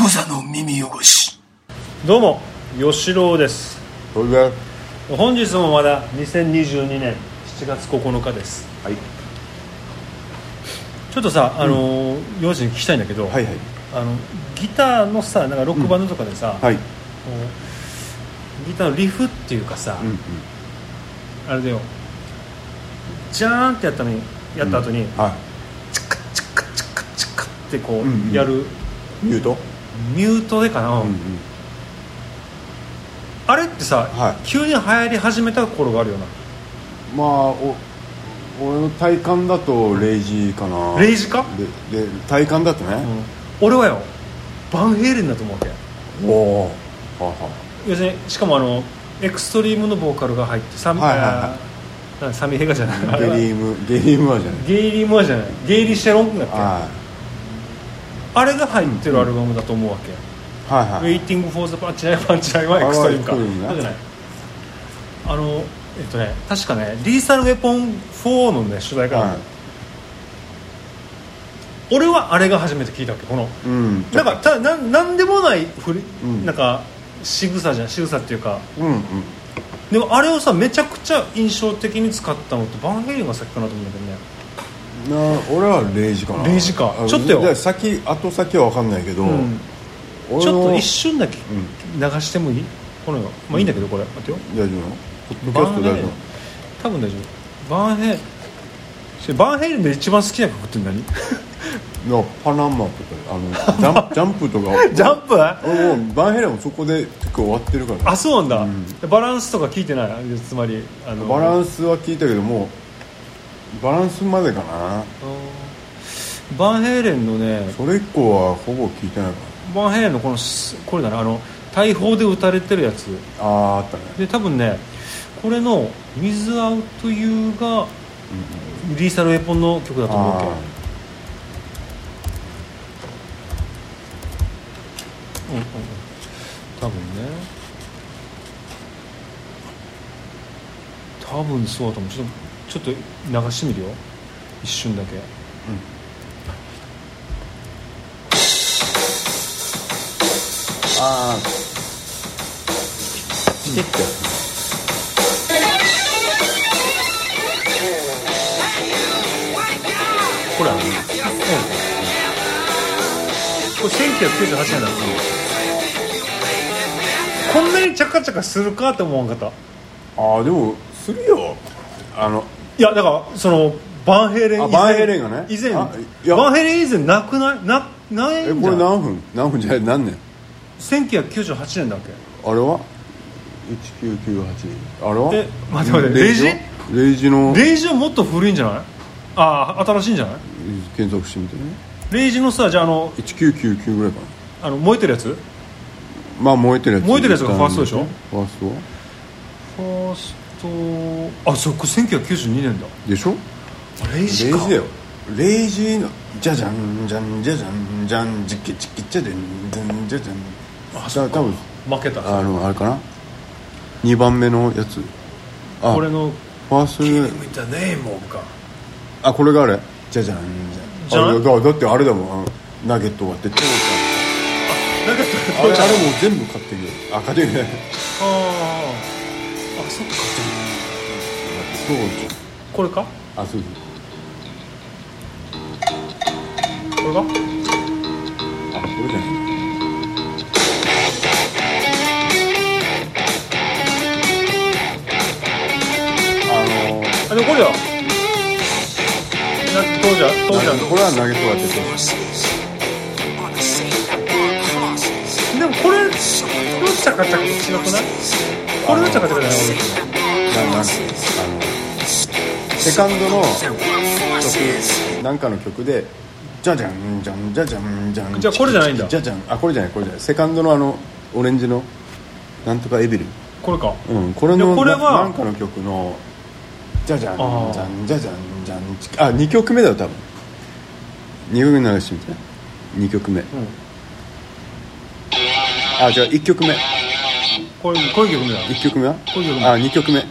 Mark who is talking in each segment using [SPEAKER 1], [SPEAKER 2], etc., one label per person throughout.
[SPEAKER 1] 無座の耳汚し
[SPEAKER 2] どうも吉郎です
[SPEAKER 3] これが
[SPEAKER 2] 本日もまだ2022年7月9日です
[SPEAKER 3] はい
[SPEAKER 2] ちょっとさあのー、用心に聞きたいんだけど、
[SPEAKER 3] はいはい
[SPEAKER 2] あのギターのさなんかロックバンドとかでさ、
[SPEAKER 3] はい
[SPEAKER 2] こうギターのリフっていうかさ、
[SPEAKER 3] うんうん
[SPEAKER 2] あれだよジャーンってやったのにやった後に、
[SPEAKER 3] は
[SPEAKER 2] チクチクチクチクってこう、
[SPEAKER 3] うんうん
[SPEAKER 2] やる
[SPEAKER 3] いミュート
[SPEAKER 2] ミュートでかな、
[SPEAKER 3] うんうん
[SPEAKER 2] あれってさ、
[SPEAKER 3] はい
[SPEAKER 2] 急に流行り始めた頃があるよな
[SPEAKER 3] まあお俺の体感だと0時かな
[SPEAKER 2] 0時か
[SPEAKER 3] でで体感だと
[SPEAKER 2] う
[SPEAKER 3] ね
[SPEAKER 2] ん俺はよバンヘイレンだと思うわけ
[SPEAKER 3] おおはあ は
[SPEAKER 2] 要するにしかもあのエクストリームのボーカルが入ってサミ,あー、
[SPEAKER 3] はいはいは
[SPEAKER 2] なんサミヘガじゃないあ
[SPEAKER 3] あ
[SPEAKER 2] れ
[SPEAKER 3] ゲ
[SPEAKER 2] は
[SPEAKER 3] リームゲリームは じゃない
[SPEAKER 2] ゲイリー・モアじゃないゲイリー・シェロンだっけあ
[SPEAKER 3] は
[SPEAKER 2] れが入ってるアルバムだと思うわけ、
[SPEAKER 3] いはいはい
[SPEAKER 2] Waiting for the Punch パンチラインはエクストリームか
[SPEAKER 3] あれはエクストリームね
[SPEAKER 2] そうじゃないあのえっとね確かねリーサル・ウェポン4のね主題歌なんだよ、
[SPEAKER 3] は
[SPEAKER 2] 俺はあれが初めて聞いたわけこの
[SPEAKER 3] いうん
[SPEAKER 2] なんかただなんなんでもないふり、
[SPEAKER 3] うん
[SPEAKER 2] なんか仕草じゃん仕草っていうか
[SPEAKER 3] うんうん
[SPEAKER 2] でもあれをさめちゃくちゃ印象的に使ったのってバンヘイレンが先かなと思うんだけどね
[SPEAKER 3] な俺は0時かな
[SPEAKER 2] 0時か
[SPEAKER 3] あ
[SPEAKER 2] ちょっとよ
[SPEAKER 3] で先後先は分かんないけど、
[SPEAKER 2] うん
[SPEAKER 3] 俺の
[SPEAKER 2] ちょっと一瞬だけ
[SPEAKER 3] うん
[SPEAKER 2] 流してもいいこのまあいいんだけどこれ待ってよ
[SPEAKER 3] 大丈夫なのポッドキャスト大丈夫なの
[SPEAKER 2] 多分大丈夫バーンヘイレンバーンヘイレンで一番好きな曲って 何
[SPEAKER 3] いやパナマとかあのジャンジャンプとか
[SPEAKER 2] ジャンプ
[SPEAKER 3] 俺もうバンヘイレンもそこで結構終わってるから
[SPEAKER 2] あそうなんだ、バランスとか聞いてないつまりあの
[SPEAKER 3] バラ
[SPEAKER 2] ン
[SPEAKER 3] ンスは聞いたけどもうバランスまでかな
[SPEAKER 2] バーンヘイレンのね
[SPEAKER 3] それ以降はほぼ聞いてないか
[SPEAKER 2] バーンヘイレンのこのすこれだねあの大砲で撃たれてるやつ
[SPEAKER 3] なあーあったね
[SPEAKER 2] で多分ねこれの「水アウト U」がリーサル・ウェポンの曲だと思うわけ
[SPEAKER 3] あ
[SPEAKER 2] うんうんうん多分ね多分そうだと思うちょっとちょっと流してみるよ一瞬だけ、
[SPEAKER 3] ーあーチキッてやつ
[SPEAKER 2] これあるうん、これ1998年だったこんなにチャカチャカするかって思わんかった
[SPEAKER 3] ああでもするよあの
[SPEAKER 2] いやだからそのバンヘイレン
[SPEAKER 3] あ
[SPEAKER 2] 以前
[SPEAKER 3] バンヘイレンがね
[SPEAKER 2] 以前
[SPEAKER 3] あいや
[SPEAKER 2] バンヘイレン以前なくないなないんじ
[SPEAKER 3] え
[SPEAKER 2] ゃん
[SPEAKER 3] これ何分何分じゃない何年
[SPEAKER 2] 1998年だっけ
[SPEAKER 3] あれは1998あれは
[SPEAKER 2] え待って待って
[SPEAKER 3] レイジレイジの
[SPEAKER 2] レイジはもっと古いんじゃないああ新しいんじゃない
[SPEAKER 3] 検索してみてね
[SPEAKER 2] レイジのさじゃああの
[SPEAKER 3] 1999ぐらいかな
[SPEAKER 2] あの燃えてるやつ
[SPEAKER 3] まあ燃えてるやつ
[SPEAKER 2] 燃えてるやつがファーストでしょ
[SPEAKER 3] ファーストは
[SPEAKER 2] ファーストあそっか1992年だ
[SPEAKER 3] でしょ
[SPEAKER 2] あレイ
[SPEAKER 3] レイジ
[SPEAKER 2] ジか
[SPEAKER 3] だよレイジのじゃじゃんじゃんじゃじゃんじゃんじきちきちゃでんじゃんじゃじゃんあそう多分
[SPEAKER 2] 負けた
[SPEAKER 3] あのあれかな2番目のやつあ
[SPEAKER 2] これの
[SPEAKER 3] ファースト
[SPEAKER 2] 見たねもうか
[SPEAKER 3] あこれがあれじゃじゃんじゃん
[SPEAKER 2] じゃん
[SPEAKER 3] あれだだってあれだもんあのナゲット終わってトーち
[SPEAKER 2] なんか
[SPEAKER 3] ゃんあれあれもう全部買ってるよあ買ってるね
[SPEAKER 2] あああそっか
[SPEAKER 3] トーち
[SPEAKER 2] これか
[SPEAKER 3] ゃんあそうそう
[SPEAKER 2] これか
[SPEAKER 3] あこれじゃないあのー
[SPEAKER 2] あでもこれだなどうじゃどうじゃ
[SPEAKER 3] これは投げそうやってて
[SPEAKER 4] on the same crosses.
[SPEAKER 2] でもこれのチャカチャカ違くないこれのチャカチャカじゃない
[SPEAKER 3] ななんていうのあのセカンドの
[SPEAKER 4] Forces.
[SPEAKER 3] なんかの曲でじゃじゃんじゃんじゃじゃんじゃん
[SPEAKER 2] じゃあこれじゃないんだ
[SPEAKER 3] じゃじゃんあこれじゃないこれじゃないセカンドのあのオレンジのなんとかエビル
[SPEAKER 2] 俺これか
[SPEAKER 3] うんこれの
[SPEAKER 2] でこれは
[SPEAKER 3] ななんかの曲のじゃじゃん
[SPEAKER 2] あー
[SPEAKER 3] じゃんじゃじゃんじゃんちあ二曲目だよ多分二曲目流してみて二曲目、あじゃあ一曲目
[SPEAKER 2] これこういう曲だ
[SPEAKER 3] 一曲目は
[SPEAKER 2] こういう曲目
[SPEAKER 3] あ二曲目あ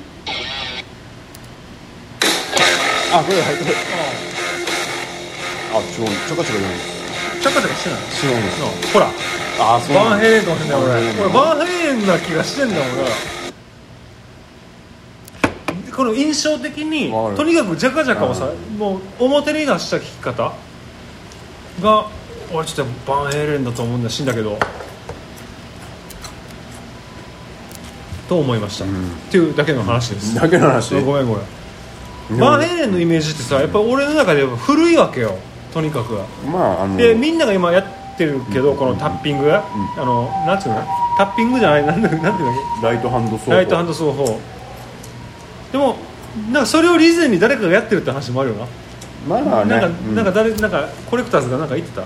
[SPEAKER 3] これはいこれあ違うちょこちょこじゃない
[SPEAKER 2] チャカチャカしてない
[SPEAKER 3] 違うの
[SPEAKER 2] うんほら
[SPEAKER 3] あそう
[SPEAKER 1] バ
[SPEAKER 3] な
[SPEAKER 1] ン
[SPEAKER 3] ん
[SPEAKER 1] ヘイレ
[SPEAKER 3] だ
[SPEAKER 1] ンかもしれない俺俺バンヘイレンな気がしてんだ
[SPEAKER 2] この印象的に
[SPEAKER 3] わかる
[SPEAKER 2] とにかくジャカジャカをさもう表に出した聞き方が俺ちょっとバンヘイレンだと思うんだしいんだけどと思いました、っていうだけの話です、
[SPEAKER 3] だけの話
[SPEAKER 2] ごめんごめんバンヘイレンのイメージってさやっぱ俺の中では古いわけよとにかく
[SPEAKER 3] まああの
[SPEAKER 2] でみんなが今やってるけどこのタッピング、あのなんつうのタッピングじゃないなんだなんていうの
[SPEAKER 3] ライトハンドソー
[SPEAKER 2] ライトハンド奏法でもなんかそれをリズに誰かがやってるって話もあるよな、
[SPEAKER 3] まあね
[SPEAKER 2] なんか、
[SPEAKER 3] う
[SPEAKER 2] なんか誰なんかコレクターズがなんか言ってた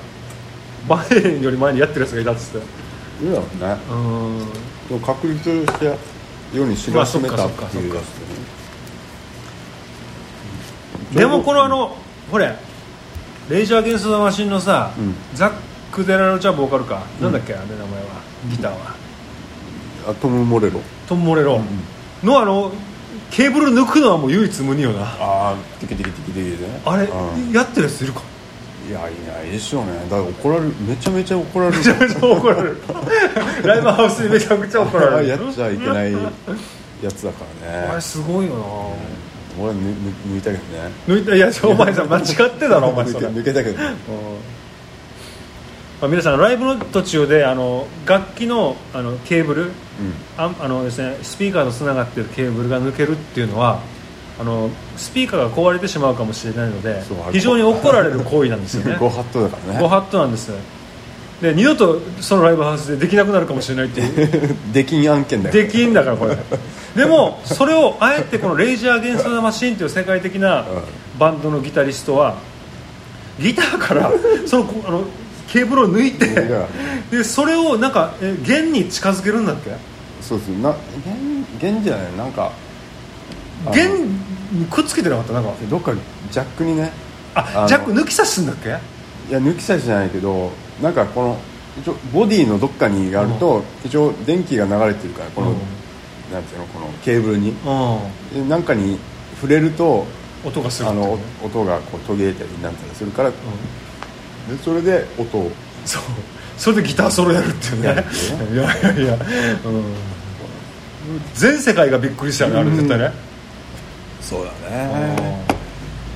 [SPEAKER 2] バレエより前にやってるやつがいたっつって
[SPEAKER 3] いるだろうね
[SPEAKER 2] うーん
[SPEAKER 3] でも確立して世に知らしめたっていうや
[SPEAKER 2] まあそっかそっかそっか
[SPEAKER 3] つ
[SPEAKER 2] でもこのあのほれレイジャー・ゲンスト・ザ・マシンのさ、
[SPEAKER 3] うん
[SPEAKER 2] ザック・デラロちゃボーカルか、なんだっけあれ名前はギターは
[SPEAKER 3] あトム・モレロ
[SPEAKER 2] トム・モレロのあのケーブル抜くのはもう唯一無二よな
[SPEAKER 3] ああテキテキテキテキでね
[SPEAKER 2] あれ、
[SPEAKER 3] うん
[SPEAKER 2] やってるやついるか
[SPEAKER 3] いやいないでしょうねだから怒られるめちゃめちゃ怒られ る
[SPEAKER 2] めちゃめちゃ怒 られるライブハウスにめちゃくちゃ怒られる
[SPEAKER 3] やっちゃいけないやつだか
[SPEAKER 2] あ
[SPEAKER 3] ら
[SPEAKER 2] れ
[SPEAKER 3] ね
[SPEAKER 2] すごいよな
[SPEAKER 3] 俺は抜抜抜いたけどね
[SPEAKER 2] 抜いたいやちょお前さ間違ってたろお前
[SPEAKER 3] 抜
[SPEAKER 2] そ
[SPEAKER 3] け
[SPEAKER 2] れ、
[SPEAKER 3] 抜けたけど
[SPEAKER 2] まあ、皆さんライブの途中であの楽器のあのケーブルああのです、ね、スピーカーとつながってるケーブルが抜けるっていうのはあのスピーカーが壊れてしまうかもしれないので
[SPEAKER 3] そうあれ
[SPEAKER 2] 非常に怒られる行為なんですよね
[SPEAKER 3] ご法度だからね
[SPEAKER 2] ご法度なんですで二度とそのライブハウスでできなくなるかもしれないっていう
[SPEAKER 3] 出禁案件だよ
[SPEAKER 2] できんだからこれでもそれをあえてこの「レイジャー・ゲンスト・ザ・マシン」という世界的なバンドのギタリストはギターからそのこあのケーブルを抜い
[SPEAKER 3] 抜いた
[SPEAKER 2] てでそれをなんかえ弦に近づけるんだっけ
[SPEAKER 3] そうですな現現じゃないなんかあの
[SPEAKER 2] 弦にくっつけてなかったなんか
[SPEAKER 3] どっかジャックにね
[SPEAKER 2] あ
[SPEAKER 3] の
[SPEAKER 2] ジャック抜き差すんだっけ
[SPEAKER 3] いや抜き差しじゃないけどなんかこの一応ボディのどっかにやると一応電気が流れてるからこの、
[SPEAKER 2] うん
[SPEAKER 3] なんていうのこのケーブルに
[SPEAKER 2] う
[SPEAKER 3] でなんかに触れると
[SPEAKER 2] ん音がする
[SPEAKER 3] あ
[SPEAKER 2] って
[SPEAKER 3] の
[SPEAKER 2] ね
[SPEAKER 3] お音がこう途切れたりなんたりするから、
[SPEAKER 2] うん
[SPEAKER 3] でそれで音を
[SPEAKER 2] そうそれでギターソロやるっていう
[SPEAKER 3] や
[SPEAKER 2] ね
[SPEAKER 3] るって
[SPEAKER 2] いやいやいや、うん、全世界がびっくりしたよねあれ絶対ね、
[SPEAKER 3] そうだ
[SPEAKER 2] うん
[SPEAKER 3] で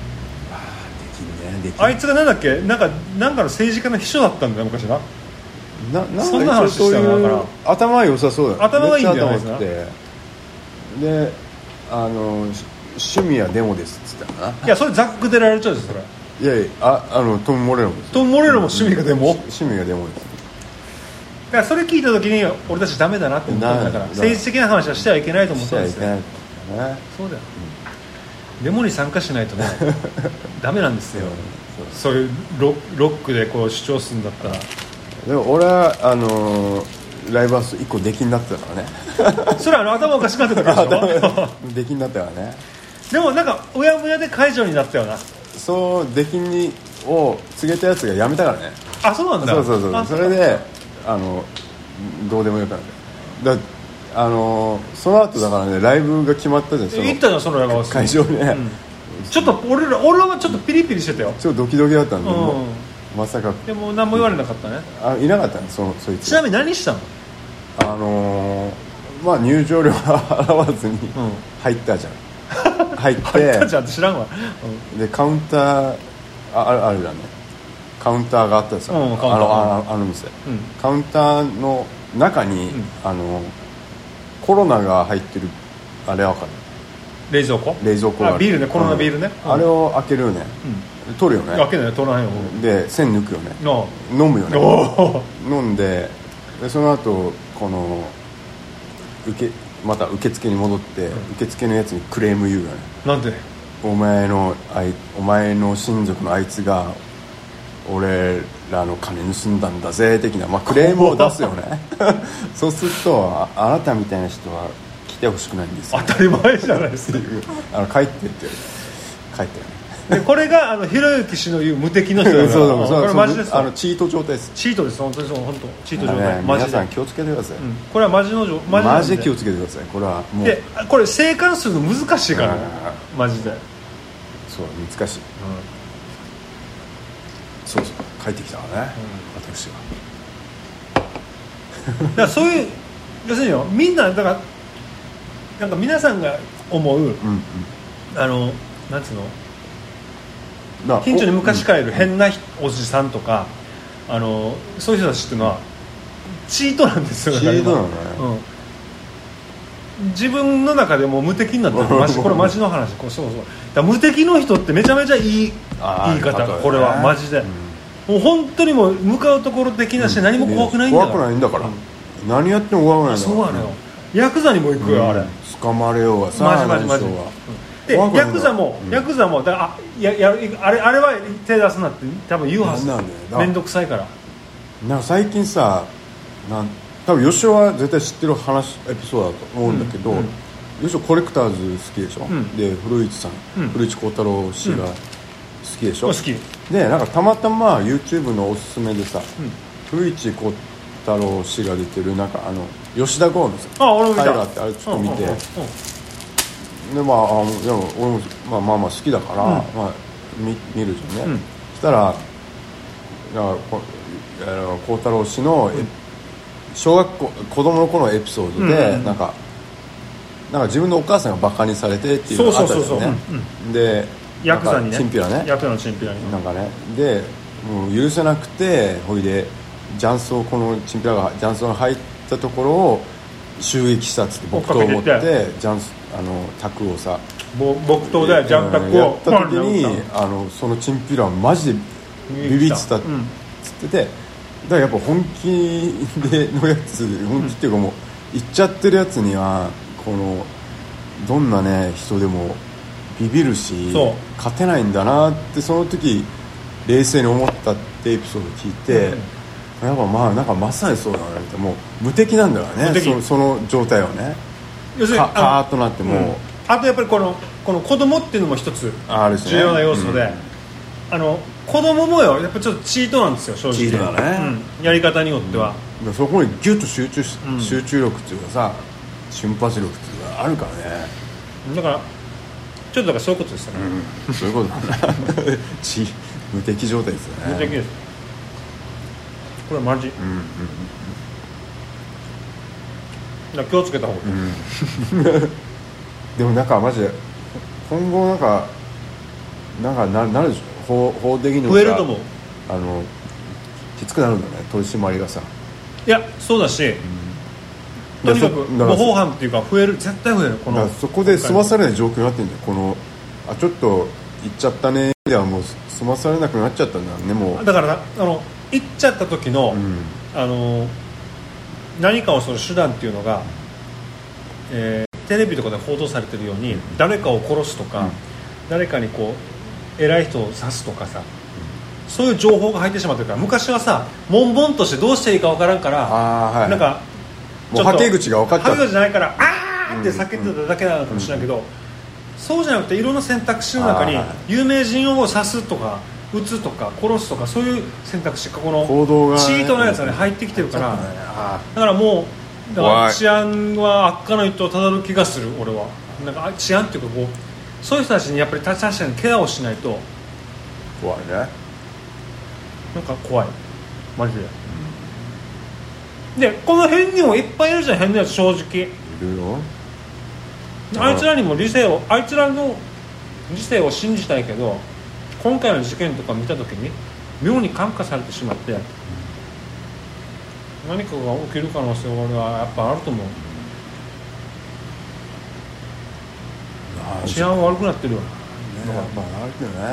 [SPEAKER 3] きんねできん
[SPEAKER 2] あいつがなんだっけなんかなんかの政治家の秘書だったんだよ昔な
[SPEAKER 3] ななんか
[SPEAKER 2] そんな話したな
[SPEAKER 3] 一応そういう
[SPEAKER 2] だから
[SPEAKER 3] 頭良さそうだよ
[SPEAKER 2] 頭がいいんじゃな
[SPEAKER 3] め
[SPEAKER 2] い
[SPEAKER 3] っち頭良くてであのし趣味はデモですっつったかない
[SPEAKER 2] やそれザック・デラルチョですそれ
[SPEAKER 3] いやいやああのトム・モレロもです
[SPEAKER 2] トム・モレロも趣味がでも、だ
[SPEAKER 3] 趣味がデモです
[SPEAKER 2] からそれ聞いた時に俺たちダメだなって思ったんだか
[SPEAKER 3] な
[SPEAKER 2] ら
[SPEAKER 3] な
[SPEAKER 2] 政治的な話はしてはいけないと思っ
[SPEAKER 3] したちゃ
[SPEAKER 2] んで
[SPEAKER 3] い
[SPEAKER 2] す
[SPEAKER 3] け
[SPEAKER 2] よ
[SPEAKER 3] ないからね
[SPEAKER 2] そうだよ、デモに参加しない とねダメなんですよ、そういうロロックでこう主張するんだったら
[SPEAKER 3] でも俺はあのーライブハウス1個出禁になってたからね
[SPEAKER 2] それはあの頭おかしくなって たからでしょ
[SPEAKER 3] 出禁になったからね
[SPEAKER 2] でもなんかうやむやで解除になったよな
[SPEAKER 3] そう出禁にを告げたやつがやめたからね
[SPEAKER 2] あそうなんだ
[SPEAKER 3] そうそうそう
[SPEAKER 2] あ
[SPEAKER 3] それであのどうでもよくなっただあのその後だからねライブが決まったじゃんその
[SPEAKER 2] 行ったじゃんそのライブハウス
[SPEAKER 3] 会場ね、
[SPEAKER 2] ちょっと俺ら俺らはちょっとピリピリしてたよ
[SPEAKER 3] ちょっとドキドキだったんで、
[SPEAKER 2] うん
[SPEAKER 3] もうまさか
[SPEAKER 2] でも何も言われなかったね
[SPEAKER 3] あいなかったねそのそいつ
[SPEAKER 2] ちなみに何したの
[SPEAKER 3] あのーまあ入場料は 払わずに
[SPEAKER 2] ん
[SPEAKER 3] 入った じゃん、入って
[SPEAKER 2] 入ったじゃんって知らんわ、
[SPEAKER 3] でカウンターああるあるだねカウンターがあったさ、
[SPEAKER 2] うんカウンター
[SPEAKER 3] あのあのあの店、
[SPEAKER 2] ん
[SPEAKER 3] カウンターの中に、あのコロナが入ってるあれは分かる
[SPEAKER 2] 冷蔵庫
[SPEAKER 3] 冷蔵庫があ
[SPEAKER 2] あ
[SPEAKER 3] る
[SPEAKER 2] ビールねコロナビールね、
[SPEAKER 3] うんあれを開けるよね、取るよ
[SPEAKER 2] 開
[SPEAKER 3] ね
[SPEAKER 2] けないよ取らないよ、
[SPEAKER 3] で線抜くよね
[SPEAKER 2] なあ
[SPEAKER 3] 飲むよ
[SPEAKER 2] お
[SPEAKER 3] ね
[SPEAKER 2] お
[SPEAKER 3] 飲んででその後この受けまた受付に戻って、受付のやつにクレーム言うよね
[SPEAKER 2] なんて
[SPEAKER 3] お前のあいお前の親族のあいつが俺らの金盗んだんだぜ的な、まあ、クレームを出す よねそうするとああなたみたいな人は来てほしくないんですよ
[SPEAKER 2] 当たり前じゃないですか
[SPEAKER 3] あの帰ってって帰って
[SPEAKER 2] でこれがあのひろゆき氏の言う無敵の人だから
[SPEAKER 3] そうそう
[SPEAKER 2] これマジです
[SPEAKER 3] あの
[SPEAKER 2] よ
[SPEAKER 3] チート状態です
[SPEAKER 2] チートです本当にそう本当チート状
[SPEAKER 3] ね
[SPEAKER 2] 態マ
[SPEAKER 3] 皆
[SPEAKER 2] ジで
[SPEAKER 3] さん気をつけてください、
[SPEAKER 2] うんこれはマジの状マジなん
[SPEAKER 3] マジで気をつけてくださいこれはもう
[SPEAKER 2] であこれ生還するの難しいからね
[SPEAKER 3] う
[SPEAKER 2] マジで
[SPEAKER 3] そう難しい、そうそう帰ってきたからね、私は
[SPEAKER 2] だからそういう要するによみんなだからなんか皆さんが思う
[SPEAKER 3] うんうん
[SPEAKER 2] あのなんつうの
[SPEAKER 3] だから
[SPEAKER 2] 近所に昔
[SPEAKER 3] お
[SPEAKER 2] 帰る変なひおじさんとか、あのそういう人たちっていうのはチートなんですよだから今
[SPEAKER 3] チートなのね
[SPEAKER 2] うん、自分の中でもう無敵になって るマジこれマジの話こうそうそうだから無敵の人ってめちゃめちゃいい
[SPEAKER 3] あー
[SPEAKER 2] 言い方
[SPEAKER 3] 例えばね
[SPEAKER 2] これはマジで、もう本当にもう向かうところ的なし、何も怖くないんだから
[SPEAKER 3] 怖くないんだから何やっても怖くないんだか
[SPEAKER 2] そ
[SPEAKER 3] ら
[SPEAKER 2] うなのよ、ヤクザにも行くよ、あれ
[SPEAKER 3] 捕まれようがさ
[SPEAKER 2] マジマジマジ
[SPEAKER 3] 何しようが
[SPEAKER 2] で
[SPEAKER 3] 怖くない
[SPEAKER 2] ヤ
[SPEAKER 3] の
[SPEAKER 2] クザも、
[SPEAKER 3] うん
[SPEAKER 2] ヤクザもだからあややるあれあれは手出すなって多分言うはず
[SPEAKER 3] なんなんだよな
[SPEAKER 2] 面倒くさいから
[SPEAKER 3] なんか最近さなん多分吉尾は絶対知ってる話エピソードだと思うんだけど、
[SPEAKER 2] うんうん
[SPEAKER 3] 吉尾コレクターズ好きでしょ、
[SPEAKER 2] ん
[SPEAKER 3] で古市さん、
[SPEAKER 2] うん
[SPEAKER 3] 古市幸太郎氏が好きでしょ、
[SPEAKER 2] 好き
[SPEAKER 3] でなんかたまたま YouTube のおすすめでさ、
[SPEAKER 2] ん
[SPEAKER 3] 古市幸太郎氏が出てるなんかあの吉田剛のさ
[SPEAKER 2] あ俺も見た
[SPEAKER 3] タイラーってあれちょっと見て、
[SPEAKER 2] うんうんうん
[SPEAKER 3] でまああでも俺も、まあ、まあまあ好きだから、まあ、見見るじゃんね、
[SPEAKER 2] うん
[SPEAKER 3] そしたらだからこあの孝太郎氏のえ、小学校子供の頃のエピソードで、
[SPEAKER 2] うんうんうん
[SPEAKER 3] なんかなんか自分のお母さんがバカにされてっていうのがあったじゃんね
[SPEAKER 2] そうそうそうそう
[SPEAKER 3] で
[SPEAKER 2] ヤクザ
[SPEAKER 3] な
[SPEAKER 2] に
[SPEAKER 3] んか
[SPEAKER 2] ね
[SPEAKER 3] チンピラね
[SPEAKER 2] ヤクザのチンピラに
[SPEAKER 3] なんかねでもう許せなくてほいで雀荘このチンピラが雀荘に入ったところを襲撃したっつって木刀を持って
[SPEAKER 2] 追っかけて
[SPEAKER 3] 雀荘あの卓をさ
[SPEAKER 2] ぼ木刀でジャンタク
[SPEAKER 3] や
[SPEAKER 2] を
[SPEAKER 3] った時にあのそのチンピラマジでビビってたっ
[SPEAKER 2] うん
[SPEAKER 3] つってて、だからやっぱ本気でのやつ本気っていうかもう行っちゃってるやつにはこのどんなね人でもビビるし
[SPEAKER 2] そう
[SPEAKER 3] 勝てないんだなってその時冷静に思ったってエピソードを聞いて、やっぱまあなんかまさにそうだなってもう無敵なんだから
[SPEAKER 2] 無
[SPEAKER 3] ね
[SPEAKER 2] 敵
[SPEAKER 3] そのその状態はね
[SPEAKER 2] 要するに
[SPEAKER 3] カカー
[SPEAKER 2] あ
[SPEAKER 3] ッとなってもう、
[SPEAKER 2] のあとやっぱりこのこの子供っていうのも一つ
[SPEAKER 3] あるしね
[SPEAKER 2] 重要な要素で、あの子供もよやっぱちょっとチートなんですよ正直
[SPEAKER 3] チートだね
[SPEAKER 2] うんやり方によっては、
[SPEAKER 3] でそこにギュッと集中し、
[SPEAKER 2] ん
[SPEAKER 3] 集中力っていうかさ瞬発力っていうかあるから ね、
[SPEAKER 2] だからちょっとだからそういうことですよね、
[SPEAKER 3] そういうことだな ち無敵状態ですよね
[SPEAKER 2] 無敵ですこれマジ、だから気をつけた方がいい、
[SPEAKER 3] でもなんかマジで今後なんかなんかななるでしょ法法的にもさ
[SPEAKER 2] 増えると思う
[SPEAKER 3] あのきつくなるんだね取り締まりがさ
[SPEAKER 2] いやそうだし、とにかく
[SPEAKER 3] だら
[SPEAKER 2] 模倣犯っていうか増える絶対増えるこ
[SPEAKER 3] だか
[SPEAKER 2] の
[SPEAKER 3] らそこで済まされない状況になってんだよこのあちょっと行っちゃったねではもう済まされなくなっちゃったんだねもう
[SPEAKER 2] だからなあの行っちゃった時の、
[SPEAKER 3] うん
[SPEAKER 2] あの何かをする手段っていうのが、えーテレビとかで報道されてるように、誰かを殺すとか、
[SPEAKER 3] うん
[SPEAKER 2] 誰かにこう偉い人を刺すとかさ、そういう情報が入ってしまってるから昔はさ悶々としてどうしていいかわからんから、
[SPEAKER 3] あーはい
[SPEAKER 2] なんか
[SPEAKER 3] もう
[SPEAKER 2] ちょっ
[SPEAKER 3] は
[SPEAKER 2] と
[SPEAKER 3] け口が分かっちゃう
[SPEAKER 2] はけ口じゃないからあーって叫んでただけなのかもしれないけど、そうじゃなくていろんな選択肢の中に
[SPEAKER 3] あーはい
[SPEAKER 2] 有名人を刺すとか撃つとか殺すとかそういう選択肢がこの
[SPEAKER 3] 行動がね
[SPEAKER 2] チートのやつが、ね、入ってきてるから、
[SPEAKER 3] あ
[SPEAKER 2] だからもうだか
[SPEAKER 3] 怖
[SPEAKER 2] ら
[SPEAKER 3] い
[SPEAKER 2] 治安は悪化の一途をたどる気がする俺はなんかあ治安っていうかこうそういう人たちにやっぱり確かにケアをしないと
[SPEAKER 3] ー怖いね
[SPEAKER 2] なんか怖いマジで、でこの辺にもいっぱいいるじゃん変なやつ正直
[SPEAKER 3] いるよ
[SPEAKER 2] あいつらにも理性をあいつらの理性を信じたいけど今回の事件とか見た時に妙に感化されてしまって何かが起きる可能性は俺はやっぱあると思う治安悪くなってるよ
[SPEAKER 3] ねまああるけどね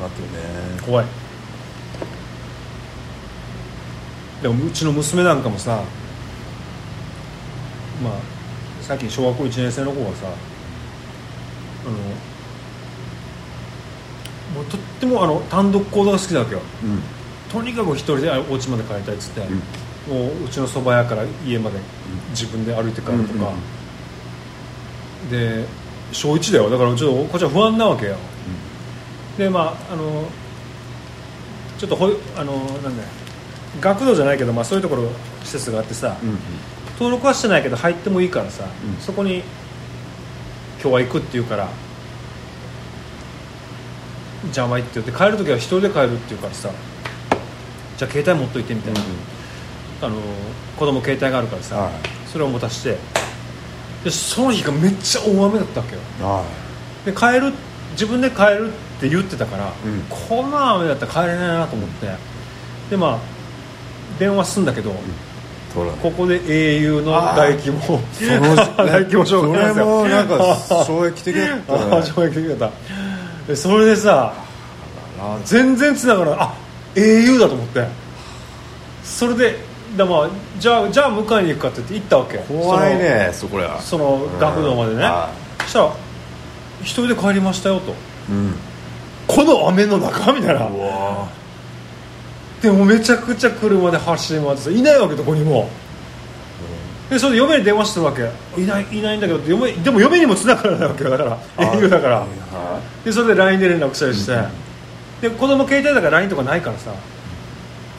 [SPEAKER 3] あとね
[SPEAKER 2] 怖いでもうちの娘なんかもさまあさっき小学校1年生の子がさあのもうとってもあの単独行動が好きなわけよ
[SPEAKER 3] うん
[SPEAKER 2] とにかく一人であお家まで帰りたいっつって、もううちのそば屋から家まで自分で歩いて帰るとか、で小1だよだからちょっとこっちは不安なわけよ、でまああのちょっとほいあのなんだよ学童じゃないけど、まあ、そういうところ施設があってさ、
[SPEAKER 3] うん
[SPEAKER 2] 登録はしてないけど入ってもいいからさ、
[SPEAKER 3] うん
[SPEAKER 2] そこに今日は行くって言うから邪魔いって言って帰る時は一人で帰るって言うからさじゃあ携帯持っといてみたいな、あの子供携帯があるからさ、
[SPEAKER 3] はい
[SPEAKER 2] それを持たしてでその日がめっちゃ大雨だったわけよ
[SPEAKER 3] は
[SPEAKER 2] で帰る自分で帰るって言ってたから、
[SPEAKER 3] うん
[SPEAKER 2] こんな雨だったら帰れないなと思ってでまあ電話すんだけど、
[SPEAKER 3] い取らない
[SPEAKER 2] ここで英雄の大規模 大規模障害なんです
[SPEAKER 3] それも
[SPEAKER 2] よ
[SPEAKER 3] なんか衝撃的だった
[SPEAKER 2] ああ
[SPEAKER 3] ね
[SPEAKER 2] 衝撃的だったでそれでさ全然繋がらないあ au だと思ってそれでだまあじゃあじゃあ迎えに行くかって言って行ったわけ
[SPEAKER 3] 怖いねそこら
[SPEAKER 2] そのその学童まで
[SPEAKER 3] うん
[SPEAKER 2] ね
[SPEAKER 3] は
[SPEAKER 2] そしたら「一人で帰りましたよ」と
[SPEAKER 3] うん
[SPEAKER 2] 「この雨の中」みたいな
[SPEAKER 3] うわ
[SPEAKER 2] でもめちゃくちゃ車で走り回ってさいないわけどこにも、でそれで嫁に電話してるわけいないいないんだけどって嫁でも嫁にも繋がらないわけよだから英雄だから
[SPEAKER 3] は
[SPEAKER 2] でそれで LINE で連絡したりして、で子供携帯だから LINE とかないからさ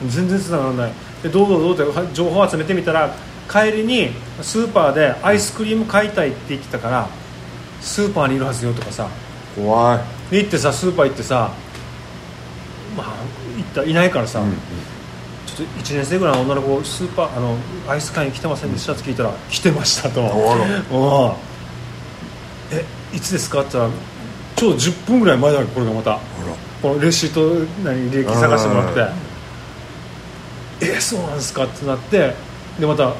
[SPEAKER 2] 全然繋がらないでどうぞどうぞって情報集めてみたら帰りにスーパーでアイスクリーム買いたいって言ってたからスーパーにいるはずよとかさ
[SPEAKER 3] 怖い
[SPEAKER 2] で行ってさスーパー行ってさまあ行ったいないからさ、
[SPEAKER 3] うん
[SPEAKER 2] ちょっと1年生ぐらいの女の子スーパーあのアイス館に来てませんでしたって聞いたら来てましたと
[SPEAKER 3] あら
[SPEAKER 2] うんえいつですかって言ったらちょうど10分ぐらい前だよこれがまたこのレシート何履歴探してもらってえそうなんですかってなってでまた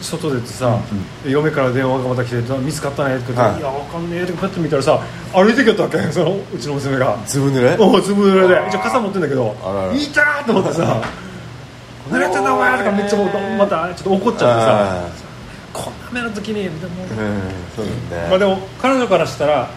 [SPEAKER 2] 外出てさ、嫁から電話がまた来て見つかったねって言って、
[SPEAKER 3] はい
[SPEAKER 2] い、やわかんねえってパッと見たらさ歩いてきよったわけそのうちの娘が
[SPEAKER 3] ずぶ濡れ
[SPEAKER 2] おおずぶ濡れで一応傘持ってんだけど
[SPEAKER 3] あらら
[SPEAKER 2] いたーって思ってさ「濡れたなお前」とかめっちゃもうまたちょっと怒っちゃってさこんな目の時にでも
[SPEAKER 3] うんそうだね
[SPEAKER 2] まあでも彼女からしたら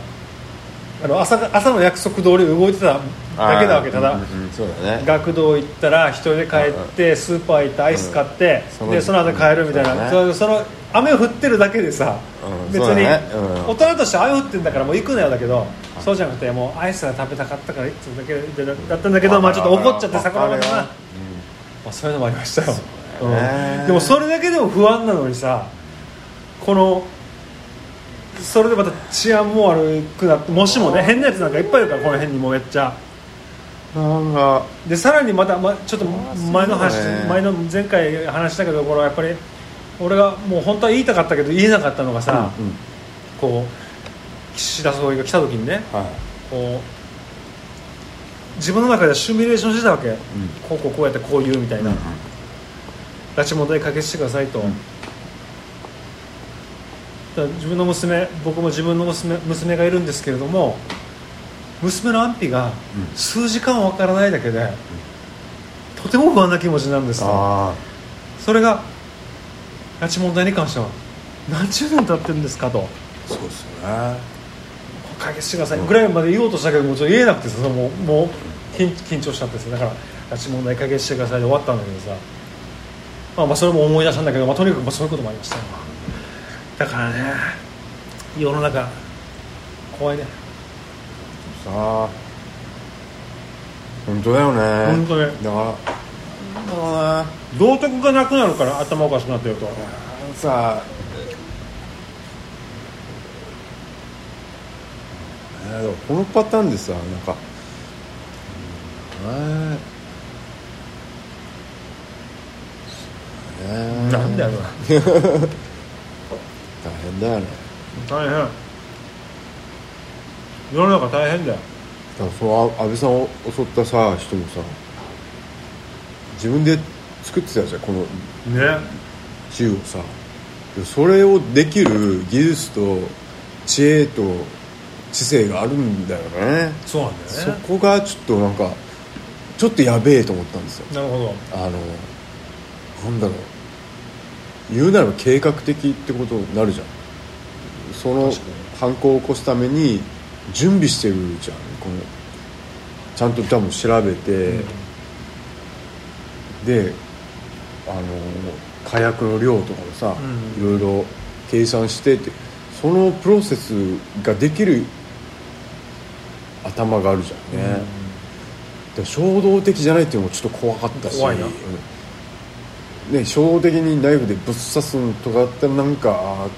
[SPEAKER 2] あの朝が朝の約束通り動いてただけなわけただ
[SPEAKER 3] うんうんうんそうだね
[SPEAKER 2] 学童行ったら一人で帰ってスーパー行ってアイス買って
[SPEAKER 3] うん
[SPEAKER 2] で
[SPEAKER 3] そ
[SPEAKER 2] そ
[SPEAKER 3] の
[SPEAKER 2] の後帰るみたい
[SPEAKER 3] そうだ
[SPEAKER 2] な
[SPEAKER 3] ね
[SPEAKER 2] そその雨降ってるだけでさ
[SPEAKER 3] うん
[SPEAKER 2] 別
[SPEAKER 3] そうだ
[SPEAKER 2] に
[SPEAKER 3] ねうん
[SPEAKER 2] 大人として雨降ってんだからもう行くなよだけどそうじゃなくてもうアイスが食べたかったからいつもだけでだったんだけ
[SPEAKER 3] う
[SPEAKER 2] ど
[SPEAKER 3] ん
[SPEAKER 2] まあちょっと怒っちゃって
[SPEAKER 3] わか
[SPEAKER 2] さ
[SPEAKER 3] る
[SPEAKER 2] このまま
[SPEAKER 3] わかる
[SPEAKER 2] な
[SPEAKER 3] よ
[SPEAKER 2] まあそういうのもありましたよ
[SPEAKER 3] うだよね
[SPEAKER 2] うんでもそれだけでも不安なのにさこのそれでまた治安も悪くなってもしもね変なやつなんかいっぱいいるからこの辺にもめっちゃ。
[SPEAKER 3] なんか
[SPEAKER 2] でさらにまた、ま、ちょっと前の話、
[SPEAKER 3] そうだね
[SPEAKER 2] 前の前回話したけどこれはやっぱり俺がもう本当は言いたかったけど言えなかったのがさ、
[SPEAKER 3] うん
[SPEAKER 2] こう岸田総理が来た時にね
[SPEAKER 3] はい
[SPEAKER 2] こう自分の中でシミュレーションしてたわけ、こうこうこうやってこう言うみたいな、拉致問題解決してくださいと、だから自分の娘僕も自分の娘娘がいるんですけれども娘の安否が数時間わからないだけで、とても不安な気持ちなんですと
[SPEAKER 3] あ
[SPEAKER 2] それが拉致問題に関しては何十年経ってるんですかと
[SPEAKER 3] あそうですよね
[SPEAKER 2] 解決してくださいぐらいまで言おうとしたけどもちょっと言えなくてさそのもうもう緊緊張しちゃってさだから拉致問題解決してくださいで終わったんだけどさ、まあ、まあそれも思い出したんだけど、まあ、とにかくまあそういうこともありましたよだからね世の中怖いね
[SPEAKER 3] さあ本当だよね
[SPEAKER 2] 本当ね
[SPEAKER 3] だからなんだろう
[SPEAKER 2] 道徳がなくなるから頭おかしくなってると
[SPEAKER 3] なさあえーでもこのパターンでさなんかうんねえ
[SPEAKER 2] なんだよな
[SPEAKER 3] 大変だよね
[SPEAKER 2] 大変世の中大変だよ
[SPEAKER 3] だからそのあ安倍さんを襲ったさ人もさ自分で作ってたじゃんこの
[SPEAKER 2] ね
[SPEAKER 3] 銃をさでそれをできる技術と知恵と知性があるんだよね
[SPEAKER 2] そうなんだよね
[SPEAKER 3] そこがちょっとなんかちょっとやべえと思ったんですよ
[SPEAKER 2] なるほど
[SPEAKER 3] あのなんだろう言うならば計画的ってことになるじゃんその
[SPEAKER 2] 確か
[SPEAKER 3] 犯行を起こすために準備してるじゃんこのちゃんと多分調べて、であの火薬の量とかもさ、
[SPEAKER 2] うん
[SPEAKER 3] いろいろ計算してってそのプロセスができる頭があるじゃんね、で衝動的じゃないっていうのもちょっと怖かったし
[SPEAKER 2] 怖いな
[SPEAKER 3] うんね、衝動的にナイフでぶっ刺すんとかだったらなんかあー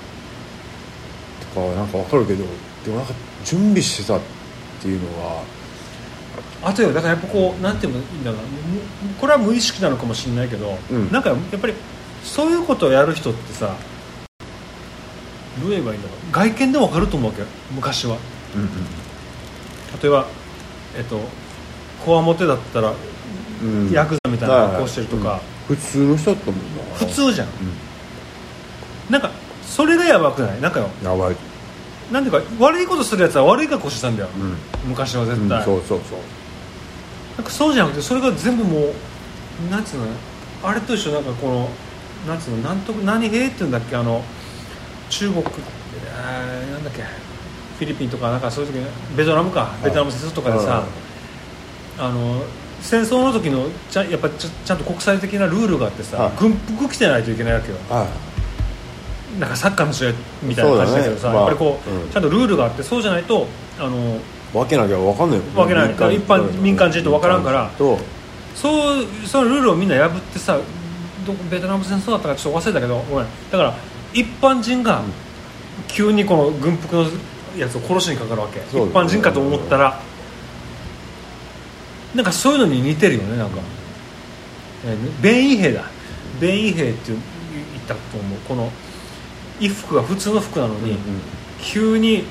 [SPEAKER 3] とかはなんかわかるけどでもなんか準備してたっていうのは
[SPEAKER 2] あとよだからやっぱこうなんていうのだろうなむこれは無意識なのかもしれないけど、
[SPEAKER 3] うん
[SPEAKER 2] なんかやっぱりそういうことをやる人ってさどう言えばいいんだろう外見でも分かると思うわけよ昔は例えばえっとこわもてだったら
[SPEAKER 3] うん
[SPEAKER 2] ヤクザみたいな格好してるとか、
[SPEAKER 3] 普通の人だったもんな
[SPEAKER 2] 普通じゃん、なんかそれがやばくないなんかよ
[SPEAKER 3] やばい、
[SPEAKER 2] なんていうか悪いことするやつは悪い格好してたんだよ、
[SPEAKER 3] うん
[SPEAKER 2] 昔は絶
[SPEAKER 3] うん
[SPEAKER 2] 対、
[SPEAKER 3] そうそうそう
[SPEAKER 2] なんかそうじゃなくてそれが全部もうなんつうのあれと一緒なんかこのなんつうのなんと何兵っていうんだっけあの中国えーなんだっけフィリピンとかなんかそういう時にベトナムかベトナム戦争とかでさあの戦争の時のちゃんやっぱちゃちゃんと国際的なルールがあってさ、
[SPEAKER 3] はい
[SPEAKER 2] 軍服着てないといけないわけよ
[SPEAKER 3] はい
[SPEAKER 2] なんかサッカーの試合みたいな感じだけどさ、
[SPEAKER 3] そうだねまあ
[SPEAKER 2] やっぱりこう、
[SPEAKER 3] うん
[SPEAKER 2] ちゃんとルールがあってそうじゃないとあの
[SPEAKER 3] 分けなきゃ分かんないもん
[SPEAKER 2] わけない
[SPEAKER 3] 民間
[SPEAKER 2] 一般民間人と分からんから
[SPEAKER 3] と
[SPEAKER 2] そうそのルールをみんな破ってさどベトナム戦争だったかちょっと忘れたけどごめんだから一般人が急にこの軍服のやつを殺しにかかるわけ、
[SPEAKER 3] そうだね
[SPEAKER 2] 一般人かと思ったら、なんかそういうのに似てるよねなんか、えー便衣兵だ便衣兵って言ったと思うこの衣服が普通の服なのに、急に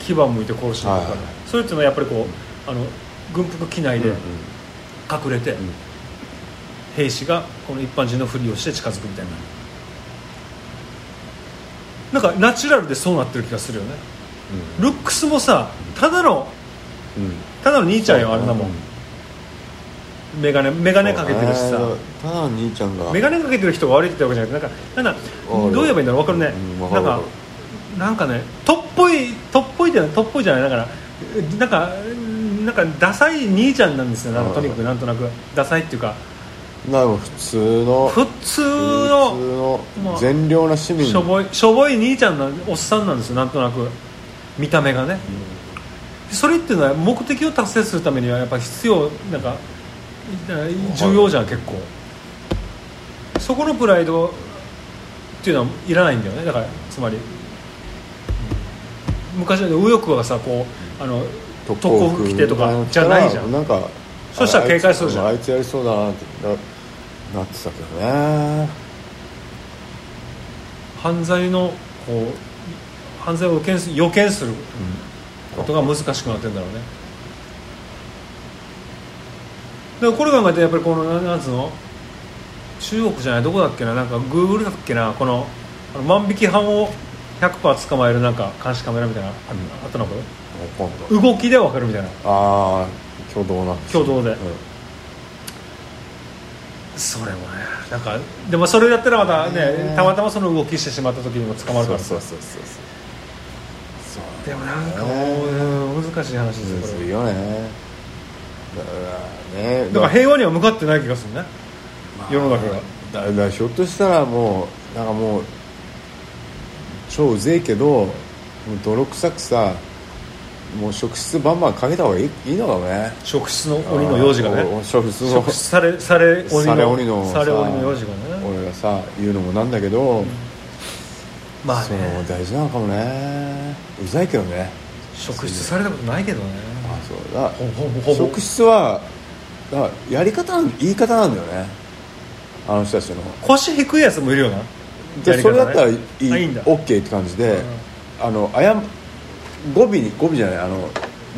[SPEAKER 2] 牙向いて殺しにかかる、
[SPEAKER 3] はいはい
[SPEAKER 2] それっていうのはやっぱりこうあの軍服着ないで、隠れて、
[SPEAKER 3] ん
[SPEAKER 2] 兵士がこの一般人のふりをして近づくみたいな、なんかナチュラルでそうなってる気がするよね、ルックスもさただの
[SPEAKER 3] うんうん
[SPEAKER 2] ただの兄ちゃんよあれだもん、
[SPEAKER 3] うん
[SPEAKER 2] メガネ眼鏡かけてるしさ、
[SPEAKER 3] ただの兄ちゃんが
[SPEAKER 2] 眼鏡かけてる人が悪いって言ったわけじゃなくてなんかなん
[SPEAKER 3] わか
[SPEAKER 2] か
[SPEAKER 3] る
[SPEAKER 2] どう言えばいいんだろう分かるね、
[SPEAKER 3] うんわか
[SPEAKER 2] なん
[SPEAKER 3] るわ
[SPEAKER 2] か
[SPEAKER 3] か
[SPEAKER 2] なんかねとっぽいとっぽいじゃないとっぽいじゃないだからなんかなんかダサい兄ちゃんなんですよなんかとにかくなんとなくダサいっていうか
[SPEAKER 3] なんか普通の
[SPEAKER 2] 普通
[SPEAKER 3] 普
[SPEAKER 2] の
[SPEAKER 3] 通
[SPEAKER 2] ま
[SPEAKER 3] の
[SPEAKER 2] あ
[SPEAKER 3] 善良な市民
[SPEAKER 2] しょぼいしょぼい兄ちゃんなんおっさんなんですよなんとなく見た目がね、それっていうのは目的を達成するためにはやっぱ必要なんか重要じゃん結構そこのプライドっていうのはいらないんだよねだからつまり昔の右翼がさこうあの特攻服着てとかじゃないじゃん
[SPEAKER 3] なんか
[SPEAKER 2] そしたら警戒するじゃん
[SPEAKER 3] あいつやりそうだなってななってたけどね
[SPEAKER 2] 犯罪のこう犯罪を予見す予見することが難しくなってんだろうねだからこれ考えてやっぱりこのななんつうの中国じゃないどこだっけななんかグーグルだっけなこのあの万引き犯を100%捕まえるなんか監視カメラみたいなああったのこれ
[SPEAKER 3] 今度
[SPEAKER 2] 動きで分かるみたいな
[SPEAKER 3] ああ挙動な
[SPEAKER 2] 挙動で
[SPEAKER 3] うん
[SPEAKER 2] それもねなんかでもそれをやったらまた
[SPEAKER 3] ね
[SPEAKER 2] ねたまたまその動きしてしまった時にも捕まるか
[SPEAKER 3] そう
[SPEAKER 2] ら
[SPEAKER 3] そうそうそうそう
[SPEAKER 2] でもなんかもううん難しい話ですよこれ
[SPEAKER 3] するよねだからね
[SPEAKER 2] だから平和には向かってない気がするね、世の中が
[SPEAKER 3] だだからひょっとしたらもうなんかもう超うぜえけどもう泥臭くさもう職質バンバンかけた方がいいいいのかもね
[SPEAKER 2] 職質の鬼の用事が
[SPEAKER 3] おお
[SPEAKER 2] ね
[SPEAKER 3] 職質の
[SPEAKER 2] 職質されされ鬼の
[SPEAKER 3] され鬼の
[SPEAKER 2] され鬼の
[SPEAKER 3] さ
[SPEAKER 2] 用事がね
[SPEAKER 3] 俺がさ言うのもなんだけど、
[SPEAKER 2] まあ
[SPEAKER 3] その
[SPEAKER 2] ね
[SPEAKER 3] 大事なのかもねうざいけどね
[SPEAKER 2] 職質されたことないけどね
[SPEAKER 3] あそうだ
[SPEAKER 2] ほぼほぼ
[SPEAKER 3] 職質はだからやり方なん言い方なんだよねあの人たちの
[SPEAKER 2] 腰低いやつもいるよなや
[SPEAKER 3] で
[SPEAKER 2] り
[SPEAKER 3] そ
[SPEAKER 2] 方ね
[SPEAKER 3] れだったらいい
[SPEAKER 2] あいいんだ
[SPEAKER 3] OK って感じで、あのあや語尾に語尾じゃないあの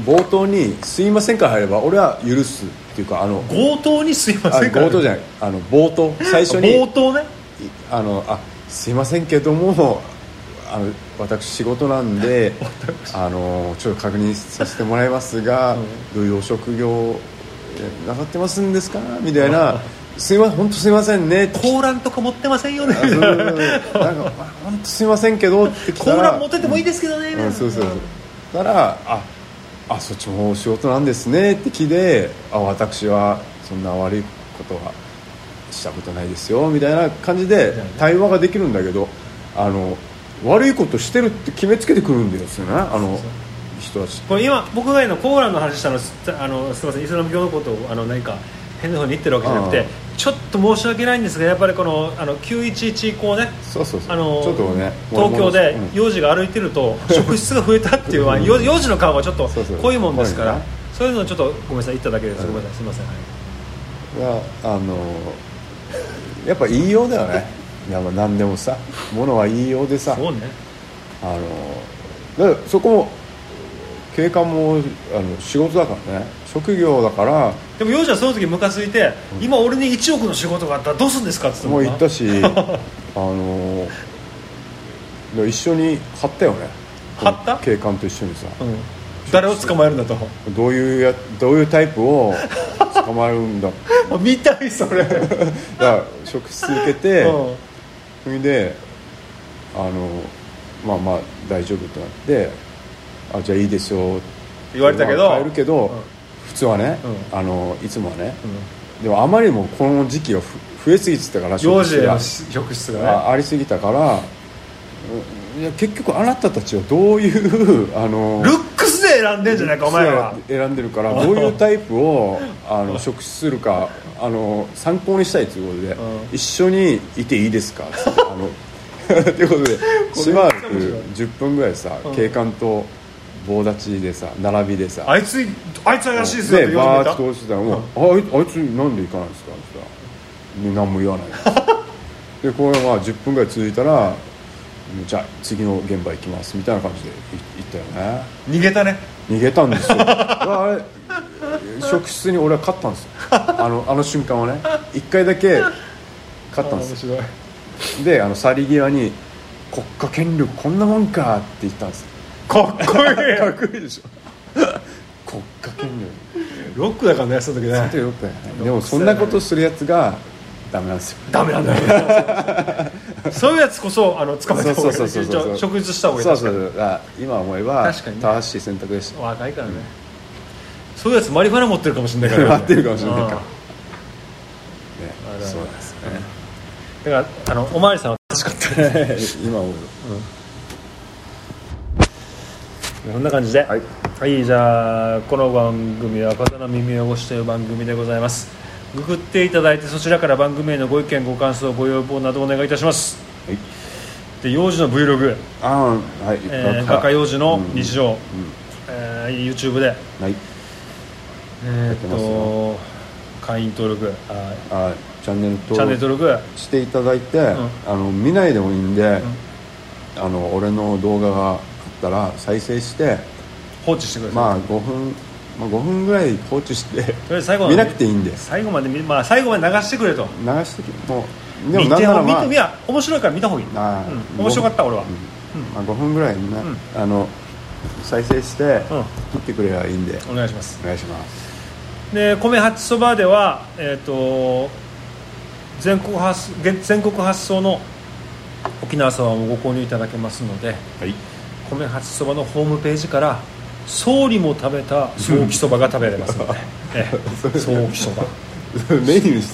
[SPEAKER 3] 冒頭に「すいません」から入れば俺は許すっていうかあの
[SPEAKER 2] 強盗に すいま
[SPEAKER 3] あ
[SPEAKER 2] せんから
[SPEAKER 3] 冒頭じゃないあの冒頭最初に
[SPEAKER 2] 冒頭ね
[SPEAKER 3] いあのあすいませんけどもあの私仕事なん であのちょっと確認させてもらいますが、どういうお職業えなさってますんですかみたい な「すいません本当すいませんね」って
[SPEAKER 2] コーランとか持ってませんよね
[SPEAKER 3] あそうそうそうなんか「本当すいませんけど」って来
[SPEAKER 2] コ
[SPEAKER 3] た
[SPEAKER 2] ー
[SPEAKER 3] ら
[SPEAKER 2] ラン持っててもいいですけどね、
[SPEAKER 3] うん、そうそうそうだからああそっちもお仕事なんですねって聞いてあ私はそんな悪いことはしたことないですよみたいな感じで対話ができるんだけどあの悪いことしてるって決めつけてくるんですよねあの人たち
[SPEAKER 2] これ今僕が今コーランの話したのすあのすみませんイスラム教のことをあの何か変な方に言ってるわけじゃなく
[SPEAKER 3] う
[SPEAKER 2] て
[SPEAKER 3] ん
[SPEAKER 2] ちょっと申し訳ないんですがやっぱりこのあの911以降ね
[SPEAKER 3] そうそうそう
[SPEAKER 2] あの
[SPEAKER 3] ちょっとね
[SPEAKER 2] 東京で
[SPEAKER 3] うん
[SPEAKER 2] 幼児が歩いてると職質が増えたっていうのは幼児幼児の顔がちょっと
[SPEAKER 3] そうそう
[SPEAKER 2] 濃いもんですから
[SPEAKER 3] 濃いね
[SPEAKER 2] そういうのちょっとごめんなさい言っただけですごめんなさいすいません、はい
[SPEAKER 3] があのやっぱ言いようだよねやっぱ何でもさものは言いようでさ
[SPEAKER 2] そうね
[SPEAKER 3] あのだからそこも警官もあの仕事だからね職業だから
[SPEAKER 2] でも幼児はその時ムカついて、今俺に1億の仕事があったらどうするんですかって言
[SPEAKER 3] もう
[SPEAKER 2] って
[SPEAKER 3] 言ったしあの一緒に張ったよね
[SPEAKER 2] 張った
[SPEAKER 3] 警官と一緒にさ、
[SPEAKER 2] うん、誰を捕まえるんだと
[SPEAKER 3] どういうやどういうタイプを捕 まえる んだ
[SPEAKER 2] 見たいそれ、う
[SPEAKER 3] だから職質受けて、
[SPEAKER 2] ん、
[SPEAKER 3] それであのまあまあ大丈夫となってあじゃあいいですよ
[SPEAKER 2] 言われたけど
[SPEAKER 3] まあ帰るけど、
[SPEAKER 2] うん
[SPEAKER 3] 普通はね、
[SPEAKER 2] う
[SPEAKER 3] あのいつもはね、でもあまりにもこの時期がふ増えすぎてたから
[SPEAKER 2] 幼児への
[SPEAKER 3] が
[SPEAKER 2] 職質がね
[SPEAKER 3] あありすぎたからうんいや結局あなたたちはどういう あの
[SPEAKER 2] ルックスで選んでんじゃないかお前らは
[SPEAKER 3] 選んでるからどういうタイプを あの職種するかあの参考にしたいということで、
[SPEAKER 2] う
[SPEAKER 3] 一緒にいていいですかつってあの ということでしばらく10分ぐらいさ、
[SPEAKER 2] ん
[SPEAKER 3] 警官と棒立ちでさ並びでさ
[SPEAKER 2] あいつあいつ怪しいですよっ
[SPEAKER 3] で
[SPEAKER 2] て言わ
[SPEAKER 3] バー
[SPEAKER 2] れた
[SPEAKER 3] ッと通してたらもう、あいあいつなんで行かないんですか?」って言ったらで何も言 わないでこれが10分ぐらい続いたら「じゃあ次の現場行きます」みたいな感じでい行ったよね
[SPEAKER 2] 逃げたね
[SPEAKER 3] 逃げたん ですよあれ職質に俺は勝ったんですよあのあの瞬間はね一回だけ勝ったんですよ
[SPEAKER 2] 白い
[SPEAKER 3] であの去り際に「国家権力こんなもんか」って言ったんですよ
[SPEAKER 2] かっこいい
[SPEAKER 3] かっこいいでしょ国家権力
[SPEAKER 2] ロックだからねその時
[SPEAKER 3] ちょっ
[SPEAKER 2] ね
[SPEAKER 3] とよくやねでもそんなことするやつがダメなんですよ
[SPEAKER 2] ダメなんだ よそういうやつこそあの捕まえた方がいい
[SPEAKER 3] そうそうそうそう
[SPEAKER 2] 職質した方がいい
[SPEAKER 3] そうそうそうあ今思えば
[SPEAKER 2] 確かにね
[SPEAKER 3] 正しい選択でし
[SPEAKER 2] 若いからね、そういうやつマリファナ持ってるかもしれないか
[SPEAKER 3] た
[SPEAKER 2] ら、
[SPEAKER 3] 待ってるかもしれないから
[SPEAKER 2] うん
[SPEAKER 3] ねそうなんですよね
[SPEAKER 2] だからあのおまわりさんは正しかったね
[SPEAKER 3] 今思う
[SPEAKER 2] こんな感じでは
[SPEAKER 3] はい
[SPEAKER 2] い、じゃあこの番組は「肩の耳汚し」という番組でございますググっていただいてそちらから番組へのご意見ご感想ご要望などお願いいたします
[SPEAKER 3] はい
[SPEAKER 2] で幼児の Vlog、
[SPEAKER 3] ああはい
[SPEAKER 2] えー、
[SPEAKER 3] バ
[SPEAKER 2] 画
[SPEAKER 3] カ
[SPEAKER 2] 家幼児の日常、えー YouTube で
[SPEAKER 3] はい
[SPEAKER 2] えー
[SPEAKER 3] て
[SPEAKER 2] っ
[SPEAKER 3] ますよ
[SPEAKER 2] と会員登録あ
[SPEAKER 3] あチャンネル
[SPEAKER 2] チャンネル
[SPEAKER 3] 登録
[SPEAKER 2] 登録
[SPEAKER 3] していただいてあの見ないでもいいんであの俺の動画があったら再生して
[SPEAKER 2] 放置してください、
[SPEAKER 3] まあ5分まあ5分ぐらい放置して
[SPEAKER 2] とりあえず最後ま
[SPEAKER 3] 見
[SPEAKER 2] で
[SPEAKER 3] なくていいんで
[SPEAKER 2] 最後まで見、まあ、最後まで流してくれと
[SPEAKER 3] 流してきもう
[SPEAKER 2] 見
[SPEAKER 3] なん
[SPEAKER 2] て
[SPEAKER 3] なら
[SPEAKER 2] も見
[SPEAKER 3] まあ
[SPEAKER 2] てみや面白いから見た方がいい、
[SPEAKER 3] あー
[SPEAKER 2] うん面白かった俺は、
[SPEAKER 3] まあ、5分ぐらいにね、あの再生して
[SPEAKER 2] うん
[SPEAKER 3] 切ってくればいいんで、
[SPEAKER 2] お願いします
[SPEAKER 3] お願いします
[SPEAKER 2] で米八そばでは、えー、と全国発現全国発送の沖縄そばもご購入いただけますので
[SPEAKER 3] はい
[SPEAKER 2] 米八そばのホームページから総理も食べた早期そばが食べれますので、 ええ早期そば
[SPEAKER 3] メニューにし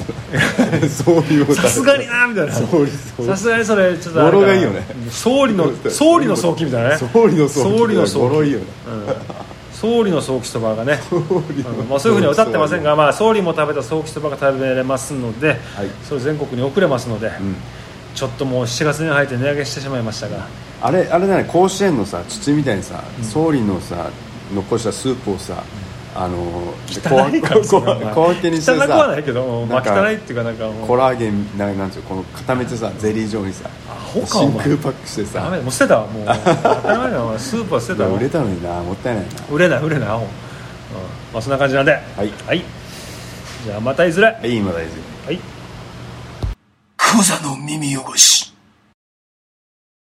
[SPEAKER 3] た らそういうこと
[SPEAKER 2] さすがになみたいな
[SPEAKER 3] 総理総理
[SPEAKER 2] さすがにそれちょっとあれか
[SPEAKER 3] 語
[SPEAKER 2] な
[SPEAKER 3] 呂がいいよね
[SPEAKER 2] 総 理の総理の早期みたいなね
[SPEAKER 3] 総理の早期
[SPEAKER 2] 総理の早
[SPEAKER 3] 語
[SPEAKER 2] 期
[SPEAKER 3] 呂いいよね
[SPEAKER 2] うん総理の早期そばがね
[SPEAKER 3] 理の
[SPEAKER 2] うんまあ、そういうふうには歌ってませんが、まあ、総理も食べた早期そばが食べれますので、
[SPEAKER 3] はい
[SPEAKER 2] それ全国に送れますので、
[SPEAKER 3] ん
[SPEAKER 2] ちょっともう7月に入って値上げしてしまいましたが
[SPEAKER 3] あれあれだね甲子園のさ土みたいにさ、総理のさ残したスープをさあの
[SPEAKER 2] 汚いから
[SPEAKER 3] 小
[SPEAKER 2] そ
[SPEAKER 3] 分
[SPEAKER 2] れ
[SPEAKER 3] 小分
[SPEAKER 2] は
[SPEAKER 3] 小分けにして
[SPEAKER 2] 汚くはな
[SPEAKER 3] さ
[SPEAKER 2] いけど、ま
[SPEAKER 3] なんか
[SPEAKER 2] あ、汚いっていうかなんかもう
[SPEAKER 3] コラーゲンななんですよこの固めてさゼリー状にさ
[SPEAKER 2] ホかお
[SPEAKER 3] 真
[SPEAKER 2] 前
[SPEAKER 3] 空パックして
[SPEAKER 2] ダ
[SPEAKER 3] さ
[SPEAKER 2] メだもう捨てたわも う当たり前だわスープは捨てたわ
[SPEAKER 3] 売れたのになもったいないな
[SPEAKER 2] 売れない売れないアホ、うんまあ、そんな感じなんではいじゃあまたいずれ
[SPEAKER 3] はい今大事
[SPEAKER 2] はい
[SPEAKER 4] クザの耳汚し